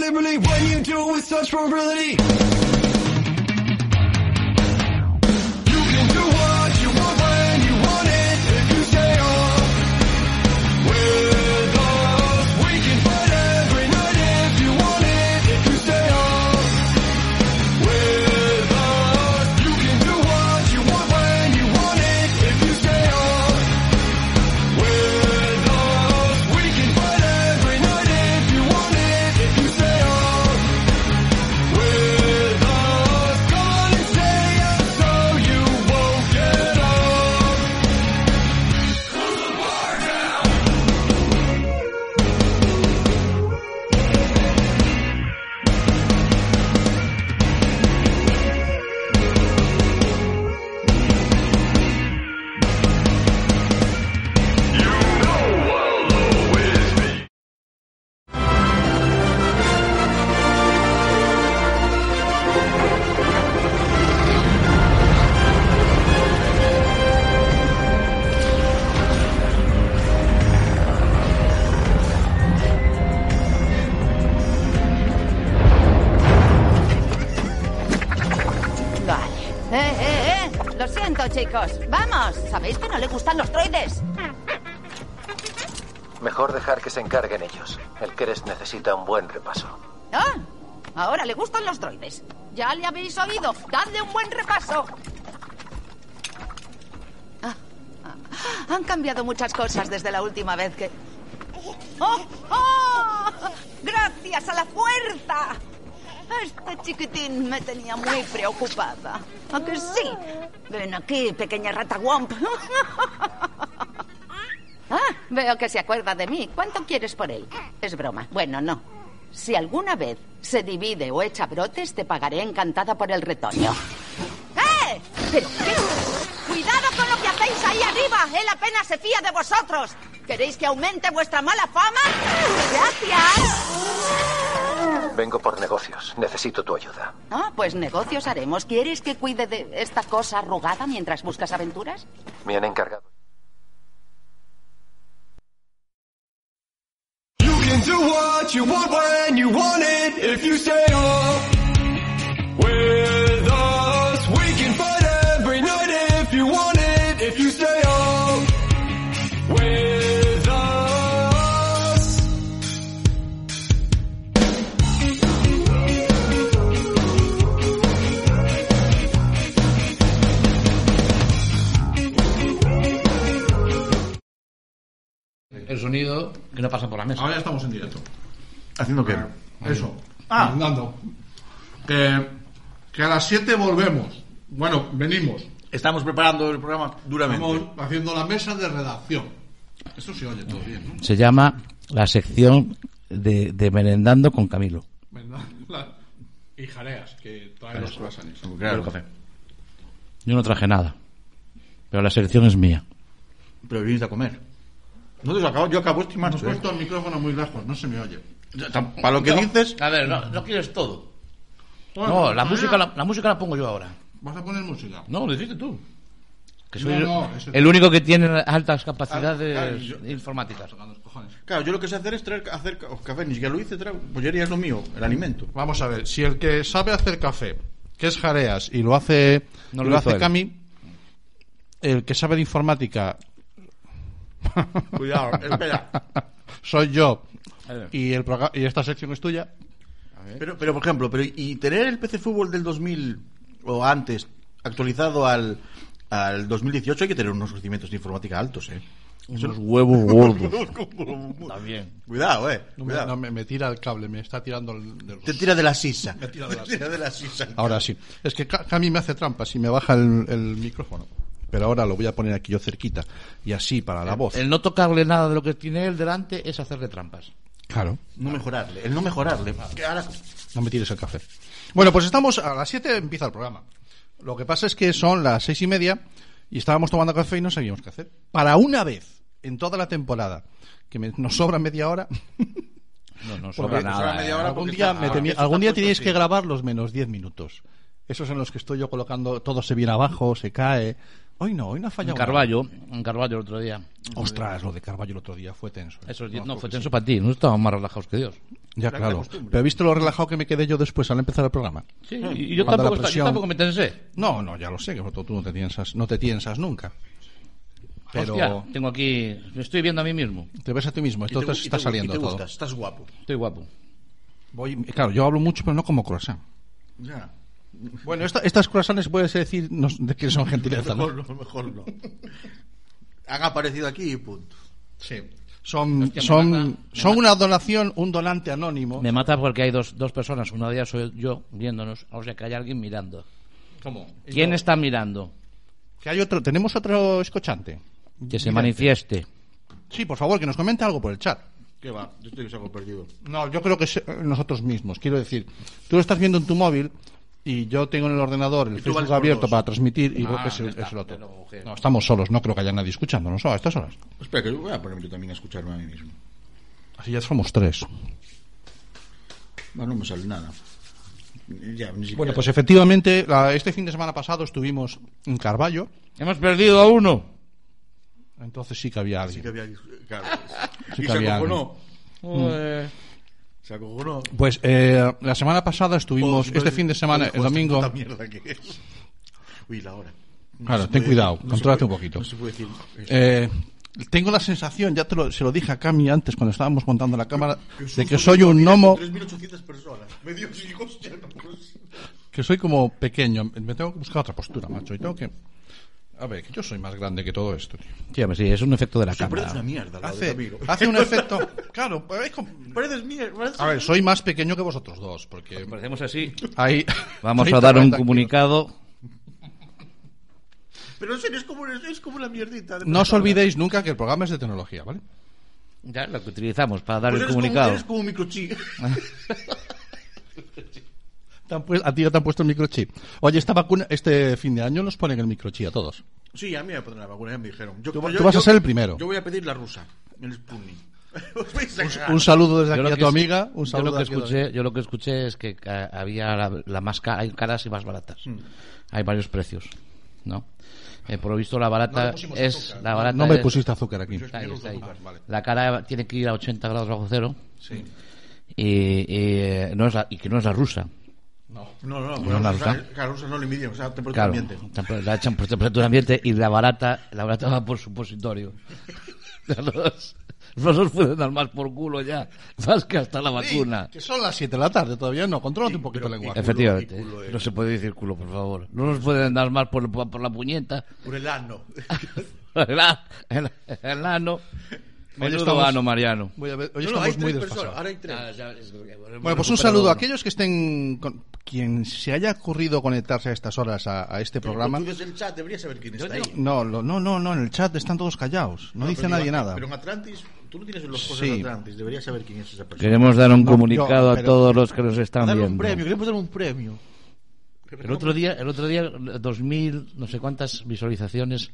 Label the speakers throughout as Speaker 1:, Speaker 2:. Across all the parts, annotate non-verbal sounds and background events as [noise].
Speaker 1: Liberty, what you do with such probability. You can do what you want when you want it if you stay on. With us, we can fight every night if you want it if you stay on. With us, you can do what you want when you want it if you stay on. With us, we can fight every night if you want it if you stay on. With us, gonna stay up so you won't get off.
Speaker 2: Vale. Eh, eh, eh. Lo siento, chicos. Vamos. ¿Sabéis que no le gustan los droides?
Speaker 3: Mejor dejar que se encarguen ellos. El Keres necesita un buen repaso.
Speaker 2: Ah, ahora le gustan los droides. Ya le habéis oído. Dadle un buen repaso. Ah, ah, han cambiado muchas cosas desde la última vez que... ¡Oh! ¡Oh! ¡Gracias a la fuerza! Este chiquitín me tenía muy preocupada. ¿A que sí? Ven aquí, pequeña rata Womp. Ah, veo que se acuerda de mí. ¿Cuánto quieres por él? Es broma. Bueno, no. Si alguna vez se divide o echa brotes, te pagaré encantada por el retoño. ¡Eh! ¿Pero qué? ¡Cuidado con lo que hacéis ahí arriba! Él apenas se fía de vosotros. ¿Queréis que aumente vuestra mala fama? ¡Gracias!
Speaker 3: Vengo por negocios. Necesito tu ayuda.
Speaker 2: Ah, pues negocios haremos. ¿Quieres que cuide de esta cosa arrugada mientras buscas aventuras?
Speaker 3: Me han encargado.
Speaker 1: You can do what you want when you want it if you stay up with us. We can fight every night if you want it if you stay up with us.
Speaker 4: El sonido que no pasa por la mesa.
Speaker 5: Ahora ya estamos en directo.
Speaker 6: ¿Haciendo qué?
Speaker 5: Eso. Ah, andando. Que, que a las 7 volvemos. Bueno, venimos.
Speaker 6: Estamos preparando el programa duramente.
Speaker 5: Estamos haciendo la mesa de redacción. Esto se oye todo bien, ¿no?
Speaker 7: Se llama la sección de, de Merendando con Camilo.
Speaker 5: ¿Verdad? La- Y jareas que traen los croissants.
Speaker 6: Claro.
Speaker 7: Yo no traje nada, pero la selección es mía.
Speaker 6: Pero viniste a comer. No te acabo, yo acabo este
Speaker 5: Hemos
Speaker 6: macho.
Speaker 5: puesto el micrófono muy lejos, no se me oye.
Speaker 6: Para lo que
Speaker 4: No,
Speaker 6: dices,
Speaker 4: A ver, no, no quieres todo.
Speaker 5: Bueno,
Speaker 4: No, la
Speaker 5: mira,
Speaker 4: música la, la música la pongo yo ahora.
Speaker 5: Vas a poner música.
Speaker 4: No, lo hiciste tú. Que soy
Speaker 5: No,
Speaker 4: el-
Speaker 5: no, ese-
Speaker 7: El único que tiene altas capacidades
Speaker 5: Ah, ah, yo-
Speaker 7: informáticas.
Speaker 5: Tocan los cojones.
Speaker 6: claro, yo lo que sé hacer es traer hacer ca- oh, café, ni siquiera lo hice, traer pollería es lo mío, el alimento.
Speaker 5: Vamos a ver, si el que sabe hacer café, que es jareas, y lo hace,
Speaker 7: No
Speaker 5: y
Speaker 7: lo
Speaker 5: lo
Speaker 7: hizo
Speaker 5: hace
Speaker 7: él.
Speaker 5: Cami, el que sabe de informática
Speaker 6: [laughs] Cuidado, espera.
Speaker 5: [laughs] soy yo,
Speaker 7: ver.
Speaker 5: y, el proga- y esta sección es tuya,
Speaker 6: Pero, pero por ejemplo, pero y tener el PC Fútbol del 2000 o antes actualizado al, al 2018 hay que tener unos conocimientos de informática altos, ¿eh?
Speaker 7: Unos huevos gordos.
Speaker 4: También.
Speaker 6: Cuidado, eh.
Speaker 5: No me,
Speaker 6: Cuidado.
Speaker 5: no, me- me tira el cable, me está tirando el, de los-
Speaker 6: Te tira de la sisa. Te [laughs]
Speaker 5: tira de la
Speaker 6: tira de la sisa.
Speaker 5: Ahora sí. Es que Ca- Cami me hace trampa si me baja el, el micrófono. Pero ahora lo voy a poner aquí yo cerquita. Y así para la voz.
Speaker 7: El no tocarle nada de lo que tiene él delante es hacerle trampas.
Speaker 5: Claro.
Speaker 6: No mejorarle, el no mejorarle. Que ahora-
Speaker 5: No me tires el café. Bueno, pues estamos a las 7 empieza el programa. Lo que pasa es que son las seis y media y estábamos tomando café y no sabíamos qué hacer. Para una vez en toda la temporada, que me- nos sobra media hora,
Speaker 7: No, no sobra
Speaker 6: sobra Porque nada, sobra
Speaker 7: nada.
Speaker 6: media eh. hora.
Speaker 5: algún
Speaker 6: porque
Speaker 5: día,
Speaker 6: está-
Speaker 5: me
Speaker 6: ah,
Speaker 5: tenía-
Speaker 6: eso está
Speaker 5: algún día
Speaker 6: puesto
Speaker 5: teníais
Speaker 6: así.
Speaker 5: que grabar los menos 10 minutos. Esos en los que estoy yo colocando, todo se viene abajo, se cae, Hoy no, hoy no ha
Speaker 7: En
Speaker 5: fallado.
Speaker 7: Carballo, en Carballo el otro día.
Speaker 5: Ostras, lo de Carballo el otro día fue tenso. ¿eh?
Speaker 7: Eso,
Speaker 5: Me
Speaker 7: no,
Speaker 5: acuerdo
Speaker 7: fue
Speaker 5: que sí.
Speaker 7: tenso para ti, no estábamos más relajados que Dios.
Speaker 5: Ya, claro. Pero ¿viste lo relajado que me quedé yo después al empezar el programa?
Speaker 7: Sí, y yo tampoco,
Speaker 5: Cuando
Speaker 7: esta-
Speaker 5: la
Speaker 7: yo
Speaker 5: presión-
Speaker 7: tampoco me tensé.
Speaker 5: No, no, ya lo sé, que tú no te tiensas, no te tiensas nunca. Pero
Speaker 7: Hostia, tengo aquí, me estoy viendo a mí mismo,
Speaker 5: te ves a ti mismo,
Speaker 6: Y te-
Speaker 5: entonces
Speaker 6: y te-
Speaker 5: está saliendo
Speaker 6: y te
Speaker 5: todo.
Speaker 6: buscas, estás guapo.
Speaker 7: estoy guapo.
Speaker 5: Voy- claro, yo hablo mucho, pero no como croissant.
Speaker 6: Ya.
Speaker 5: Bueno, esta- estas croissants puedes decir nos- de que son gentileza,
Speaker 6: [laughs]
Speaker 5: ¿no?
Speaker 6: Mejor no, mejor no. Han aparecido aquí y punto.
Speaker 5: Sí. Son,
Speaker 7: Hostia, me
Speaker 5: son,
Speaker 7: mata, me
Speaker 5: son una donación, un donante anónimo.
Speaker 7: Me mata porque hay dos, dos personas, una de ellas soy yo viéndonos, o sea que hay alguien mirando.
Speaker 5: ¿Cómo?
Speaker 7: ¿Quién está mirando?
Speaker 5: Que hay otro, tenemos otro escuchante.
Speaker 7: Que se
Speaker 5: Mira.
Speaker 7: manifieste.
Speaker 5: Sí, por favor, que nos comente algo por el chat.
Speaker 6: ¿Qué va? Yo estoy que saco perdido.
Speaker 5: No, yo creo que es eh, nosotros mismos. Quiero decir, tú lo estás viendo en tu móvil y yo tengo en el ordenador el
Speaker 6: tú vales
Speaker 5: Facebook
Speaker 6: por
Speaker 5: abierto
Speaker 6: dos.
Speaker 5: para transmitir y
Speaker 7: Ah,
Speaker 5: veo que es el,
Speaker 7: ya está,
Speaker 5: es el otro.
Speaker 7: ya lo cogí.
Speaker 5: No, estamos solos, no creo que haya nadie escuchándonos a estas horas.
Speaker 6: Espera, que voy a ponerme yo también a escucharme a mí mismo.
Speaker 5: Así ya somos tres.
Speaker 6: No, no me sale nada. Ya, ni siquiera-
Speaker 5: Bueno, pues efectivamente, la- este fin de semana pasado estuvimos en Carballo,
Speaker 7: Hemos perdido a uno.
Speaker 5: entonces sí que había
Speaker 6: Sí
Speaker 5: alguien.
Speaker 6: que había. Claro.
Speaker 5: Sí
Speaker 6: y
Speaker 5: que
Speaker 6: se
Speaker 5: había
Speaker 6: acojonó.
Speaker 7: Joder.
Speaker 6: Se acojonó.
Speaker 5: Pues eh, la semana pasada estuvimos,
Speaker 6: Oh,
Speaker 5: este
Speaker 6: no,
Speaker 5: fin de semana,
Speaker 6: hijo,
Speaker 5: el
Speaker 6: esta
Speaker 5: domingo.
Speaker 6: puta mierda que es. Uy, la hora. No
Speaker 5: Claro,
Speaker 6: se
Speaker 5: ten
Speaker 6: puede
Speaker 5: cuidado,
Speaker 6: decir-
Speaker 5: contrólate
Speaker 6: se
Speaker 5: un
Speaker 6: puede-
Speaker 5: poquito.
Speaker 6: No se puede decir. eso.
Speaker 5: Eh, tengo la sensación, ya te lo, se lo dije a Cami antes cuando estábamos montando la cámara,
Speaker 6: Que
Speaker 5: de
Speaker 6: son
Speaker 5: que
Speaker 6: solo
Speaker 5: soy un gnomo,
Speaker 6: 3.800 personas. Me dio sí, hostia, no puedo ser.
Speaker 5: que soy como pequeño. Me tengo que buscar otra postura, macho. Y tengo que. A ver, que yo soy más grande que todo esto, tío.
Speaker 7: Tío, pues sí, es un efecto de la
Speaker 6: Siempre es
Speaker 7: cámara.
Speaker 6: una mierda, la de
Speaker 5: Hace,
Speaker 6: amigo.
Speaker 5: hace un efecto. Claro, pues, es como-
Speaker 6: [laughs] Pareces mierda. pareces-
Speaker 5: A ver, soy más pequeño que vosotros dos, porque
Speaker 7: Pues, Parecemos así.
Speaker 5: [laughs] ahí.
Speaker 7: Vamos a
Speaker 5: 30,
Speaker 7: dar un
Speaker 5: 40 kilos.
Speaker 7: comunicado.
Speaker 6: Pero en serio, es como, es como una mierdita. Pues de
Speaker 5: No os
Speaker 6: persona.
Speaker 5: olvidéis nunca que el programa es de tecnología, ¿vale?
Speaker 7: Ya, lo que utilizamos para dar
Speaker 6: Pues
Speaker 7: el
Speaker 6: eres
Speaker 7: comunicado.
Speaker 6: Como, eres como un microchip.
Speaker 5: Te han pues- a ti ya te han puesto el microchip. Oye, esta vacuna, este fin de año nos ponen el microchip a todos.
Speaker 6: Sí, a mí me ponen la vacuna, ya me dijeron. Yo,
Speaker 5: Tú-
Speaker 6: pero
Speaker 5: tú vas a ser el primero.
Speaker 6: Yo voy a pedir la rusa, el Sputnik. [laughs] Os vais a cagar.
Speaker 5: Un saludo desde
Speaker 7: Yo
Speaker 5: aquí
Speaker 7: lo
Speaker 5: a
Speaker 7: que
Speaker 5: tu
Speaker 7: es-
Speaker 5: amiga. Un
Speaker 7: yo
Speaker 5: saludo
Speaker 7: lo que
Speaker 5: de aquí a tu
Speaker 7: escuché, yo lo que escuché es que ca- había la, la más cara, hay caras y más baratas.
Speaker 5: Mm.
Speaker 7: Hay varios precios, ¿no? Eh, por lo visto la barata es la barata
Speaker 5: No me
Speaker 7: es-
Speaker 5: pusiste azúcar aquí.
Speaker 7: está ahí, está ahí.
Speaker 5: Ah, vale.
Speaker 7: La cara tiene que ir a 80 grados bajo cero.
Speaker 5: Mm.
Speaker 7: Y, y, eh, no es la- y que no es la rusa.
Speaker 6: No, no,
Speaker 7: No,
Speaker 6: no.
Speaker 7: la
Speaker 6: La
Speaker 7: rusa.
Speaker 6: rusa, la rusa no le midieron, o sea, temperatura
Speaker 7: Claro,
Speaker 6: ambiente.
Speaker 7: temper- la echan por temperatura ambiente y la barata, la barata va por supositorio. [laughs]
Speaker 5: [laughs]
Speaker 7: Los dos- los dos pueden dar más por culo ya, más que hasta la vacuna.
Speaker 5: Que son las 7 de la tarde todavía, no. Contrólate un poquito el lenguaje.
Speaker 7: Efectivamente.
Speaker 6: y culo, eh.
Speaker 7: No se puede decir culo, por favor. No nos pueden dar más por, por la puñeta. [laughs]
Speaker 6: Por el
Speaker 5: [laughs]
Speaker 6: ano. [laughs]
Speaker 7: El, a- el- el ano. Menudo
Speaker 5: estamos-
Speaker 7: ano, Mariano.
Speaker 5: Voy a ver, hoy
Speaker 6: No, no, hay
Speaker 5: estamos
Speaker 6: tres
Speaker 5: muy
Speaker 6: personas,
Speaker 5: desfasados.
Speaker 6: Ahora hay tres.
Speaker 5: Bueno, pues un saludo a aquellos que estén. Con, quien se haya ocurrido conectarse a estas horas a, a este programa.
Speaker 6: Tú desde el chat deberías saber quién está ahí.
Speaker 5: No, lo- no, no, no, en el chat están todos callados. No, dice
Speaker 6: pero
Speaker 5: nadie
Speaker 6: en-
Speaker 5: nada.
Speaker 6: Pero en Atlantis, tú no tienes los cosas
Speaker 5: Sí.
Speaker 6: de Atlantis, deberías saber quién es esa persona.
Speaker 7: pues Queremos dar un
Speaker 5: No,
Speaker 7: comunicado
Speaker 5: yo-
Speaker 7: a
Speaker 5: pero-
Speaker 7: todos los que nos están
Speaker 6: Dale
Speaker 7: viendo.
Speaker 6: un premio, queremos dar un premio.
Speaker 7: El otro día, el otro día, dos mil, no sé cuántas visualizaciones.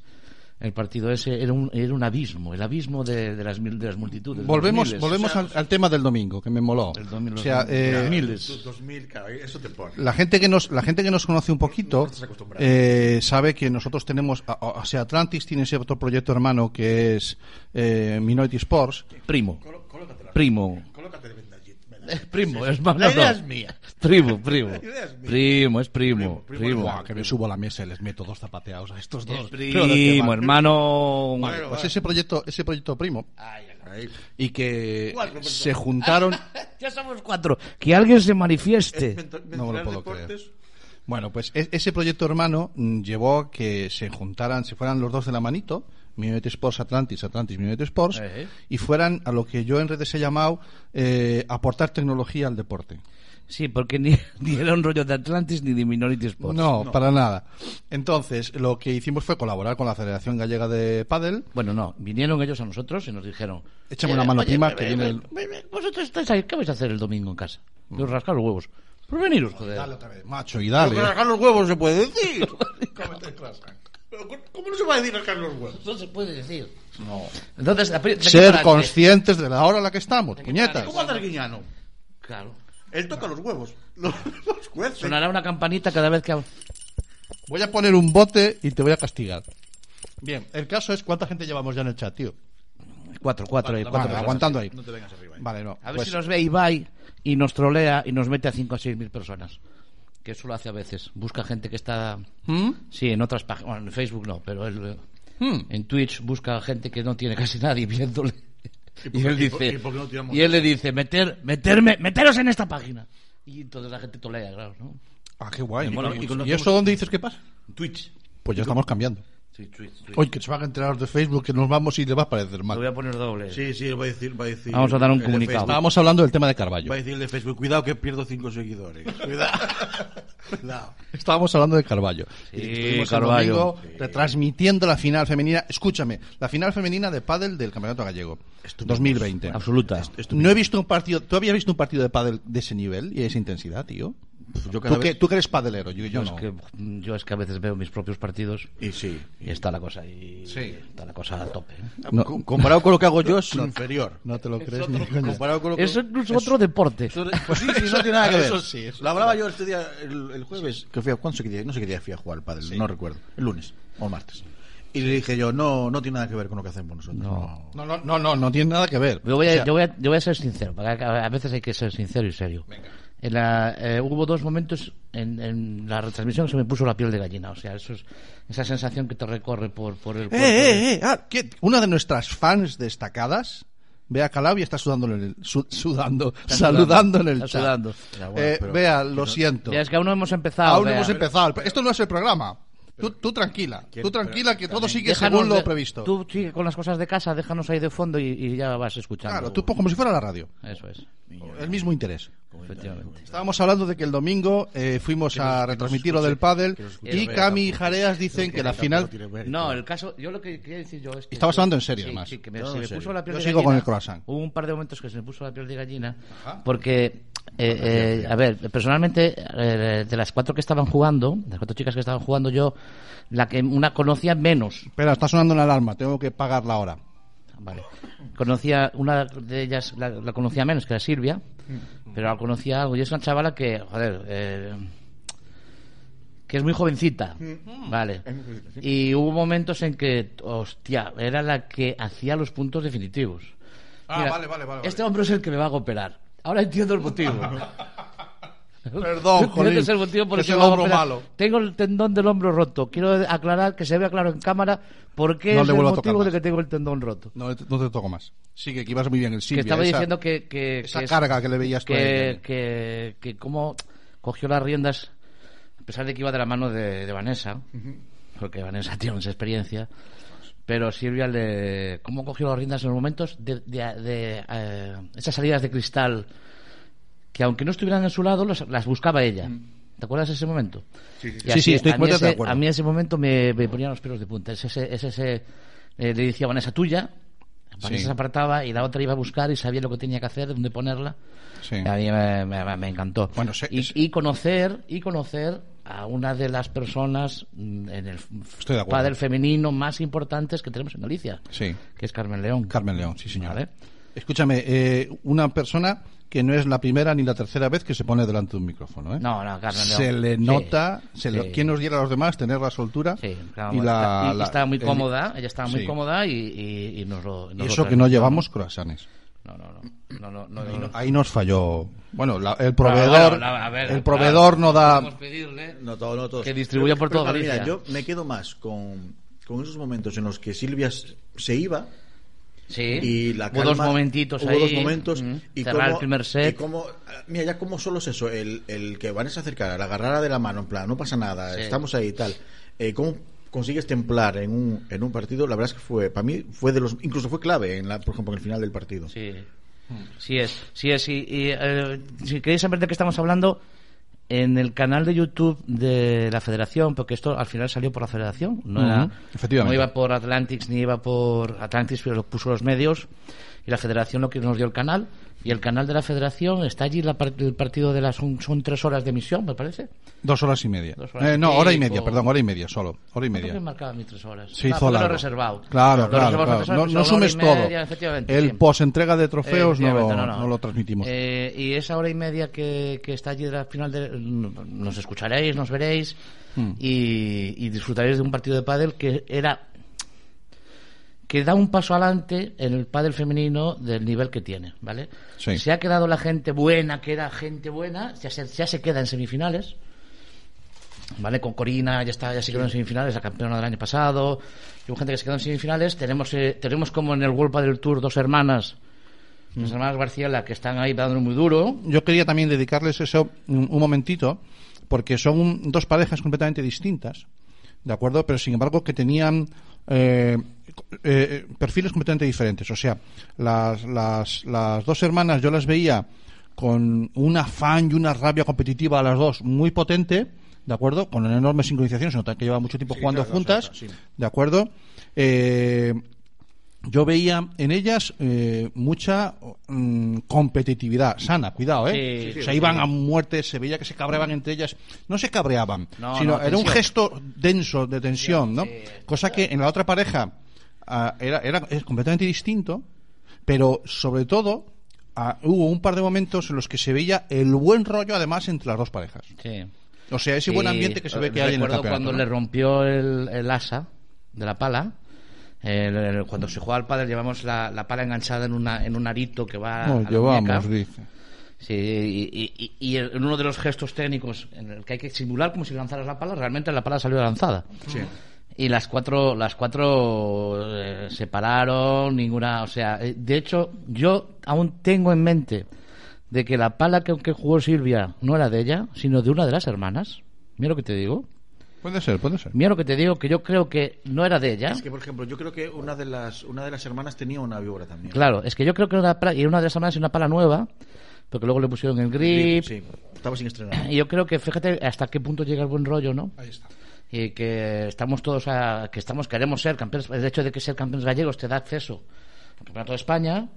Speaker 7: El partido ese era un, era un abismo, el abismo de, de las, mil- de las multitudes. de los
Speaker 5: volvemos
Speaker 7: miles.
Speaker 5: volvemos al, al tema del domingo, que me moló.
Speaker 7: El domingo,
Speaker 5: o sea,
Speaker 7: los
Speaker 5: eh,
Speaker 7: miles.
Speaker 6: 2000, claro, eso te pone.
Speaker 5: La gente que nos, la gente que nos conoce un poquito
Speaker 6: estás acostumbrado.
Speaker 5: eh, sabe que nosotros tenemos, a- a- o sea, Atlantis tiene ese otro proyecto hermano que es eh, Minority Sports.
Speaker 7: Primo,
Speaker 6: Colo- Colócatela.
Speaker 7: primo.
Speaker 6: Colócate de vendallín.
Speaker 7: [laughs] Es primo, es más
Speaker 6: La idea
Speaker 7: no.
Speaker 6: es mía.
Speaker 7: Primo, primo.
Speaker 6: idea es mía.
Speaker 7: Primo, es primo.
Speaker 6: Primo,
Speaker 7: Primo,
Speaker 6: primo,
Speaker 5: Buah, que me subo a la mesa y les meto dos zapateados a estos dos.
Speaker 7: Es
Speaker 5: Pero de qué
Speaker 7: primo,
Speaker 5: va.
Speaker 7: hermano.
Speaker 5: Bueno, pues ese proyecto, ese proyecto primo
Speaker 6: Ahí.
Speaker 5: y que
Speaker 6: Cuatro personas.
Speaker 5: se juntaron.
Speaker 7: Ya somos cuatro. Que alguien se
Speaker 5: [laughs]
Speaker 6: Eh,
Speaker 7: manifieste.
Speaker 6: mental-
Speaker 5: No me lo
Speaker 6: mental
Speaker 5: puedo
Speaker 6: deportes,
Speaker 5: Bueno, pues e- ese proyecto hermano mm, llevó a que se juntaran, se fueran los dos de la manito, Minority Sports Atlantis, Atlantis Minority Sports,
Speaker 7: Ejé.
Speaker 5: y fueran a lo que yo en redes he llamado eh, aportar tecnología al deporte.
Speaker 7: Sí, porque ni, [laughs] ni era un rollo de Atlantis ni de Minority Sports.
Speaker 5: No, para nada. Entonces, lo que hicimos fue colaborar con la Federación Gallega de Padel.
Speaker 7: Bueno, no. Vinieron ellos a nosotros y nos dijeron. "Eh,
Speaker 5: Échame una mano, prima, que viene el- Mm.
Speaker 7: ve, ve, eh, Vosotros estáis ahí. ¿Qué vais a hacer el domingo en casa? Os rascar los huevos. Pues veniros, joder.
Speaker 5: otra vez, macho, y
Speaker 6: Pero que
Speaker 5: dale.
Speaker 6: rascar los huevos se puede [laughs] decir. este Pero ¿Cómo no se va a decir rascar los huevos?
Speaker 7: No se puede decir. Entonces, la pri-
Speaker 5: Ser
Speaker 7: sepárate.
Speaker 5: conscientes de la hora en la que estamos, puñetas.
Speaker 6: ¿Cómo anda el guiñano?
Speaker 7: Claro.
Speaker 6: Él toca los huevos. [laughs] Los, los cuece.
Speaker 7: Sonará una campanita cada vez que.
Speaker 5: Voy a poner un bote y te voy a castigar. Bien, el caso es cuánta gente llevamos ya en el chat, tío.
Speaker 7: Cuatro, cuatro,
Speaker 5: Vale,
Speaker 7: ahí,
Speaker 5: la
Speaker 7: cuatro personas.
Speaker 5: vamos a aguantando ahí.
Speaker 6: No te vengas arriba. eh.
Speaker 5: Vale, no.
Speaker 7: A ver
Speaker 5: pues-
Speaker 7: si nos ve Ibai y nos trolea y nos mete a 5 o 6 mil personas. Que eso lo hace a veces. Busca gente que está.
Speaker 5: ¿Mm?
Speaker 7: Sí, en otras páginas. Bueno, en Facebook no, pero él, eh,
Speaker 5: ¿Mm?
Speaker 7: en Twitch busca gente que no tiene casi nadie viéndole.
Speaker 6: ¿Y por
Speaker 7: Y,
Speaker 6: qué-
Speaker 7: él
Speaker 6: y por-
Speaker 7: dice,
Speaker 6: y por qué no tiramos?
Speaker 7: y él le dice, meter, meterme, meteros en esta página. Y entonces la gente trolea, claro, ¿no?
Speaker 5: Ah, qué guay.
Speaker 6: Y con- y con-
Speaker 5: ¿Y eso dónde dices que pasa?
Speaker 6: Twitch.
Speaker 5: Pues ya estamos cambiando.
Speaker 7: Sí, Twitch, Twitch.
Speaker 5: Oye, que se van a enterar de Facebook, que nos vamos y les va a
Speaker 7: Lo
Speaker 5: parecer
Speaker 7: voy
Speaker 5: mal.
Speaker 7: a poner doble.
Speaker 6: Sí, sí, va a decir. Va a decir
Speaker 7: Vamos a dar un
Speaker 6: el de
Speaker 7: comunicado.
Speaker 6: Facebook.
Speaker 5: Estábamos hablando del tema de Carballo.
Speaker 6: Va a decir el de Facebook. Cuidado que pierdo cinco seguidores. [laughs] Cuidado. Cuidado.
Speaker 5: Estábamos hablando de Carballo.
Speaker 7: Sí,
Speaker 5: Y estuvimos el
Speaker 7: Carballo.
Speaker 5: domingo retransmitiendo la final femenina. Escúchame, la final femenina de pádel del Campeonato Gallego. 2020.
Speaker 7: Absoluta.
Speaker 5: No he visto un partido. ¿Tú habías visto un partido de pádel de ese nivel y de esa intensidad, tío?
Speaker 6: Yo cada
Speaker 5: ¿Tú, que,
Speaker 6: vez-
Speaker 5: tú que eres padelero, yo, yo
Speaker 7: Yo, es
Speaker 5: no.
Speaker 7: que, yo es que a veces veo mis propios partidos
Speaker 6: Y sí.
Speaker 7: y está la cosa ahí.
Speaker 5: Sí.
Speaker 7: Está la cosa a tope. ¿eh?
Speaker 5: No,
Speaker 6: Com-
Speaker 5: comparado con lo que hago [laughs] yo, es
Speaker 6: Es inferior.
Speaker 5: No te lo crees ni de coña.
Speaker 6: Comparado con lo que.
Speaker 7: Eso es otro deporte.
Speaker 6: Pues sí, sí, no
Speaker 7: [laughs]
Speaker 6: tiene [laughs] nada que ver.
Speaker 5: Eso sí, eso
Speaker 6: Lo hablaba yo este día, el, el jueves, que fui a, ¿cuándo sé qué día? No sé qué día fui a jugar al pádel, no recuerdo. El lunes o el martes. Y le dije yo, no, no tiene nada que ver con lo que hacemos nosotros. No.
Speaker 5: No, no, no, no, no tiene nada que ver.
Speaker 7: Yo voy, a,
Speaker 5: O sea,
Speaker 7: yo, voy a, yo voy a ser sincero, porque a a veces hay que ser sincero y serio. En la- eh, hubo dos momentos en, en la retransmisión que se me puso la piel de gallina. O sea, eso es, esa sensación que te recorre por, por el
Speaker 5: Eh,
Speaker 7: cuerpo.
Speaker 5: eh, eh. ah, ¿qué? Una de nuestras fans destacadas ve a Calab y está sudando, en el- su- sudando saludando en el
Speaker 7: está
Speaker 5: chat.
Speaker 7: sudando.
Speaker 6: Ya, bueno,
Speaker 5: Eh,
Speaker 6: pero-
Speaker 5: Vea, lo siento.
Speaker 7: Ya, es que aún no hemos empezado.
Speaker 5: Aún no
Speaker 7: vea.
Speaker 5: hemos empezado. Esto no es el programa. Tú, tú tranquila, tú tranquila que todo sigue
Speaker 7: Déjanos
Speaker 5: según lo
Speaker 7: de-
Speaker 5: previsto.
Speaker 7: Tú sigue con las cosas de casa, déjanos ahí de fondo y, y ya vas escuchando.
Speaker 5: Claro, tú pon- como si fuera la radio.
Speaker 7: Eso es,
Speaker 5: El mismo interés.
Speaker 7: efectivamente.
Speaker 5: Estábamos hablando de que el domingo eh, fuimos a retransmitir lo del pádel y Cami y Jareas dicen que la final...
Speaker 7: No, el caso, yo lo que quería decir yo es que...
Speaker 5: Estabas hablando en serio,
Speaker 7: Sí,
Speaker 5: además.
Speaker 7: sí, que me,
Speaker 6: No,
Speaker 7: se
Speaker 6: en
Speaker 7: me
Speaker 6: serio.
Speaker 7: puso la piel
Speaker 5: Yo
Speaker 7: de
Speaker 5: sigo con
Speaker 7: gallina.
Speaker 5: el croissant.
Speaker 7: Hubo un par de momentos que se me puso la piel de gallina, porque, eh, eh, a ver, personalmente, eh, de las cuatro que estaban jugando, de las cuatro chicas que estaban jugando, yo, la que una conocía menos,
Speaker 5: Espera, está sonando una alarma, tengo que pagarla ahora.
Speaker 7: Vale. Conocía, una de ellas la, la conocía menos, que era Silvia, pero la conocía algo. Y es una chavala que, joder, eh, que es muy jovencita. Vale. Y hubo momentos en que, hostia, era la que hacía los puntos definitivos.
Speaker 5: Ah, vale, vale, vale, vale.
Speaker 7: Este hombre es el que me va a cooperar. Ahora entiendo el motivo.
Speaker 5: [laughs] Perdón,
Speaker 7: Creo
Speaker 5: jolín,
Speaker 7: que es el motivo por
Speaker 5: que
Speaker 7: el que
Speaker 5: es el
Speaker 7: me va a
Speaker 5: hombro
Speaker 7: operar.
Speaker 5: malo.
Speaker 7: Tengo el tendón del hombro roto. Quiero aclarar que se vea claro en cámara por qué
Speaker 5: No
Speaker 7: es
Speaker 5: le
Speaker 7: el
Speaker 5: vuelvo a tocar
Speaker 7: motivo de
Speaker 5: más.
Speaker 7: que tengo el tendón roto
Speaker 5: No, te- no te toco más. Sigue, que ibas muy bien el Silvia.
Speaker 7: que estaba
Speaker 5: esa-
Speaker 7: diciendo que, que
Speaker 5: esa
Speaker 7: es-
Speaker 5: carga que le veías tú eh. a
Speaker 7: que,
Speaker 5: ella.
Speaker 7: que, que cómo cogió las riendas a pesar de que iba de la mano de, de Vanessa porque Vanessa [laughs] tiene mucha experiencia pero Silvia le cómo cogió las riendas en los momentos de, de- de, eh, esas salidas de cristal que aunque no estuvieran en su lado las, las buscaba ella ¿Te acuerdas de ese momento? Sí,
Speaker 5: Mm. Sí, sí, estoy
Speaker 7: a, mí
Speaker 5: completamente
Speaker 7: ese,
Speaker 5: de acuerdo.
Speaker 7: a mí ese momento me, me ponían los pelos de punta. Es ese, es ese, eh, le decía Vanessa tuya, Vanessa
Speaker 5: Sí.
Speaker 7: se apartaba y la otra iba a buscar y sabía lo que tenía que hacer, dónde ponerla.
Speaker 5: Sí.
Speaker 7: A mí me, me- me encantó.
Speaker 5: Bueno, se-
Speaker 7: y,
Speaker 5: es-
Speaker 7: y conocer y conocer a una de las personas mm, en el
Speaker 5: Estoy de acuerdo.
Speaker 7: padre femenino más importantes que tenemos en Galicia,
Speaker 5: Sí.
Speaker 7: que es Carmen León.
Speaker 5: Carmen León, sí, señor.
Speaker 7: Vale.
Speaker 5: Escúchame, eh, una persona que no es la primera ni la tercera vez que se pone delante de un micrófono. ¿eh?
Speaker 7: No, no, Carmen León.
Speaker 5: Se le
Speaker 7: Sí,
Speaker 5: nota, se le-
Speaker 7: sí.
Speaker 5: ¿quién nos diera a los demás tener la soltura?
Speaker 7: Sí, claro,
Speaker 5: y la,
Speaker 7: está- y- y
Speaker 5: la-
Speaker 7: estaba muy
Speaker 5: el-
Speaker 7: cómoda, ella estaba muy
Speaker 5: Sí.
Speaker 7: cómoda y, y- y nos lo...
Speaker 5: Y
Speaker 7: nos lo
Speaker 5: eso que no
Speaker 7: transmitió.
Speaker 5: llevamos croissants.
Speaker 7: No, no, no. no, no, no, no.
Speaker 5: Ahí nos falló. Bueno, la- el
Speaker 7: Bueno,
Speaker 5: proveedor,
Speaker 7: bueno, a ver,
Speaker 5: el
Speaker 7: claro,
Speaker 5: proveedor no da.
Speaker 7: podemos pedirle
Speaker 6: No todo, no todo.
Speaker 7: Que distribuya por toda
Speaker 6: Mira,
Speaker 7: Galicia.
Speaker 6: yo me quedo más con, con esos momentos en los que Silvia s- se iba
Speaker 7: Sí.
Speaker 6: y la
Speaker 7: hubo
Speaker 6: calma,
Speaker 7: dos momentitos
Speaker 6: hubo
Speaker 7: ahí.
Speaker 6: dos momentos
Speaker 7: mm,
Speaker 6: y
Speaker 7: cerrar
Speaker 6: cómo-
Speaker 7: el primer
Speaker 6: y
Speaker 7: set.
Speaker 6: cómo- ah, mira ya como solo es eso el, el que van a acercar la agarrara de la mano en plan no pasa nada
Speaker 7: Sí.
Speaker 6: estamos ahí y tal eh, cómo consigues templar en un, en un partido la verdad es que fue para mí fue de los incluso fue clave en la por ejemplo en el final del partido
Speaker 7: Sí.
Speaker 5: Mm.
Speaker 7: Sí es, sí es. Y, y, eh, si queréis saber de qué estamos hablando, en el canal de YouTube de la Federación, porque esto al final salió por la Federación, no,
Speaker 5: Ujú,
Speaker 7: era-
Speaker 5: efectivamente.
Speaker 7: no iba por Atlantics ni iba por Atlantics, pero lo puso los medios y la Federación lo que nos dio el canal. Y el canal de la Federación está allí la par- el partido de las son, son tres horas de emisión, me parece.
Speaker 5: Dos horas y media.
Speaker 7: Dos horas
Speaker 5: Eh,
Speaker 7: y
Speaker 5: no, hora y media,
Speaker 7: pico.
Speaker 5: perdón, hora y media solo. Hora y media.
Speaker 7: ¿Por qué marcaba mis tres horas?
Speaker 5: Se
Speaker 7: Ah,
Speaker 5: hizo
Speaker 7: porque lo he
Speaker 5: largo.
Speaker 7: reservado.
Speaker 5: Claro,
Speaker 7: Lo
Speaker 5: claro,
Speaker 7: reservamos
Speaker 5: claro.
Speaker 7: tres horas,
Speaker 5: No, no
Speaker 7: son una hora y
Speaker 5: sumes todo.
Speaker 7: media, efectivamente,
Speaker 5: El
Speaker 7: sí.
Speaker 5: post-entrega de trofeos no lo,
Speaker 7: Efectivamente,
Speaker 5: no lo transmitimos.
Speaker 7: Eh, y esa hora y media que, que está allí de la final, de- nos
Speaker 5: Mm.
Speaker 7: escucharéis, nos veréis y, y disfrutaréis de un partido de pádel que era que da un paso adelante en el pádel femenino del nivel que tiene, ¿vale?
Speaker 5: Sí.
Speaker 7: Se ha quedado la gente buena, queda gente buena, ya se, ya se queda en semifinales, ¿vale? Con Corina ya está, ya se quedó en semifinales, la campeona del año pasado, y hubo gente que se quedó en semifinales, tenemos, eh, tenemos como en el World del Tour dos hermanas, las hermanas García, las que están ahí dando muy duro,
Speaker 5: Yo quería también dedicarles eso un un momentito, porque son un- dos parejas completamente distintas, ¿de acuerdo? Pero sin embargo que tenían eh, eh, perfiles completamente diferentes. O sea, las, las, las dos hermanas yo las veía con un afán y una rabia competitiva a las dos muy potente, ¿de acuerdo? Con una enorme sincronización, se nota que llevan mucho tiempo jugando
Speaker 6: claro,
Speaker 5: juntas,
Speaker 6: se nota, sí.
Speaker 5: ¿de acuerdo? Eh, yo veía en ellas eh, mucha mm, competitividad sana, cuidado,
Speaker 7: Sí,
Speaker 5: ¿eh?
Speaker 7: sí, sí,
Speaker 5: se
Speaker 7: sí.
Speaker 5: iban a muerte, se veía que se cabreaban entre ellas. No se cabreaban,
Speaker 7: No,
Speaker 5: sino
Speaker 7: no,
Speaker 5: era un
Speaker 7: tensión.
Speaker 5: gesto denso de tensión, ¿no?
Speaker 7: sí.
Speaker 5: Cosa que en la otra pareja ah, era, era es completamente distinto, pero sobre todo ah, hubo un par de momentos en los que se veía el buen rollo además entre las dos parejas.
Speaker 7: sí.
Speaker 5: O sea, ese
Speaker 7: Sí,
Speaker 5: buen ambiente que se ve que
Speaker 7: eh,
Speaker 5: hay en el
Speaker 7: recuerdo
Speaker 5: campeonato.
Speaker 7: cuando
Speaker 5: ¿no?
Speaker 7: le rompió el, el asa de la pala. el- el- cuando se juega al pádel llevamos la, la pala enganchada en, una, en un arito que va
Speaker 5: No,
Speaker 7: a la
Speaker 5: llevamos,
Speaker 7: muñeca.
Speaker 5: dice.
Speaker 7: Sí, y, y- y- y en uno de los gestos técnicos en el que hay que simular como si lanzaras la pala, realmente la pala salió lanzada. Y las cuatro, las cuatro eh, se pararon, ninguna, o sea, eh, de hecho, yo aún tengo en mente de que la pala que, que jugó Silvia no era de ella, sino de una de las hermanas. Mira lo que te digo.
Speaker 5: Puede ser, puede ser.
Speaker 7: Mira lo que te digo, que yo creo que no era de ella.
Speaker 6: Es que, por ejemplo, yo creo que una de las, una de las hermanas tenía una víbora también.
Speaker 7: Claro, es que yo creo que era una pala, y una de las hermanas era una pala nueva, porque luego le pusieron el grip,
Speaker 6: Sí, estaba sin estrenar.
Speaker 7: Y yo creo que fíjate hasta qué punto llega el buen rollo, ¿no?
Speaker 5: Ahí está.
Speaker 7: Y que estamos todos a, que estamos queremos ser campeones, el hecho de que ser campeones gallegos te da acceso al campeonato de España.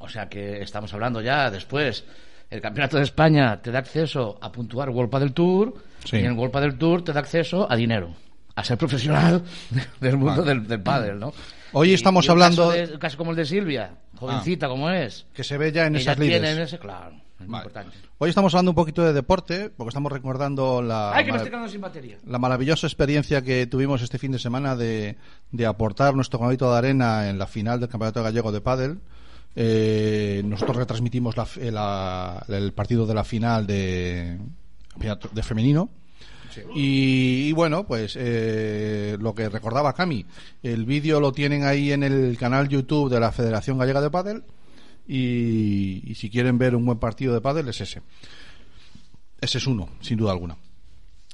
Speaker 7: O sea que estamos hablando ya después el campeonato de España te da acceso a puntuar World del Tour
Speaker 5: Sí.
Speaker 7: y en el World del Tour te da acceso a dinero, a ser profesional [laughs] del mundo del, del pádel, ¿no?
Speaker 5: Hoy estamos
Speaker 7: un
Speaker 5: hablando-
Speaker 7: caso de- un caso como el de Silvia, jovencita como es.
Speaker 5: Que se ve ya en
Speaker 7: Ella
Speaker 5: esas
Speaker 7: tiene
Speaker 5: líderes.
Speaker 7: en ese claro, es muy
Speaker 5: Vale.
Speaker 7: importante.
Speaker 5: Hoy estamos hablando un poquito de deporte, porque estamos recordando la,
Speaker 7: Ay, que me
Speaker 5: ma-
Speaker 7: estoy quedando sin batería.
Speaker 5: la maravillosa experiencia que tuvimos este fin de semana de, de aportar nuestro granito de arena en la final del Campeonato Gallego de Pádel. Eh, nosotros retransmitimos la, f- eh, la- el partido de la final de, de femenino. Y, y bueno, pues eh, lo que recordaba Cami, el vídeo lo tienen ahí en el canal YouTube de la Federación Gallega de Pádel y, y si quieren ver un buen partido de pádel es ese. Ese es uno, sin duda alguna.